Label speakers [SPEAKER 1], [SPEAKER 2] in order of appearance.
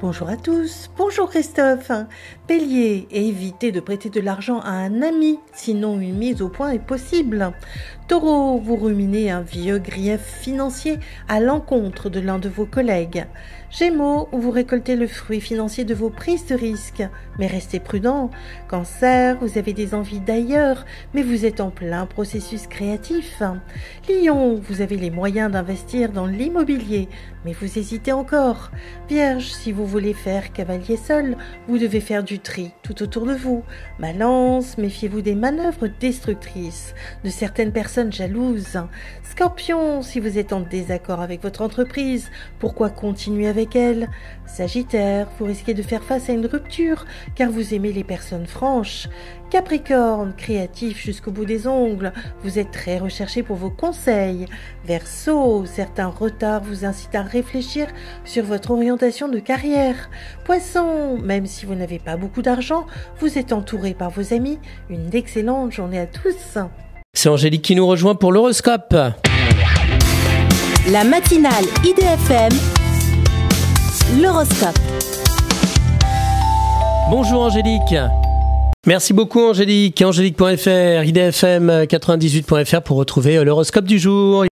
[SPEAKER 1] Bonjour à tous, bonjour Christophe. Bélier, évitez de prêter de l'argent à un ami, sinon une mise au point est possible. Taureau, vous ruminez un vieux grief financier à l'encontre de l'un de vos collègues. Gémeaux, vous récoltez le fruit financier de vos prises de risque, mais restez prudent. Cancer, vous avez des envies d'ailleurs, mais vous êtes en plein processus créatif. Lion, vous avez les moyens d'investir dans l'immobilier, mais vous hésitez encore. Vierge, si vous voulez faire cavalier seul, vous devez faire du tri tout autour de vous. Balance, méfiez-vous des manœuvres destructrices de certaines personnes jalouses. Scorpion, si vous êtes en désaccord avec votre entreprise, pourquoi continuer avec elle Sagittaire, vous risquez de faire face à une rupture car vous aimez les personnes franches. Capricorne, créatif jusqu'au bout des ongles, vous êtes très recherché pour vos conseils. Verseau, certains retards vous incitent à réfléchir sur votre orientation de carrière. Poisson, même si vous n'avez pas beaucoup d'argent, vous êtes entouré par vos amis. Une excellente journée à tous.
[SPEAKER 2] C'est Angélique qui nous rejoint pour l'horoscope.
[SPEAKER 3] La matinale IDFM, l'horoscope.
[SPEAKER 2] Bonjour Angélique. Merci beaucoup Angélique, angélique.fr, idfm98.fr pour retrouver euh, l'horoscope du jour.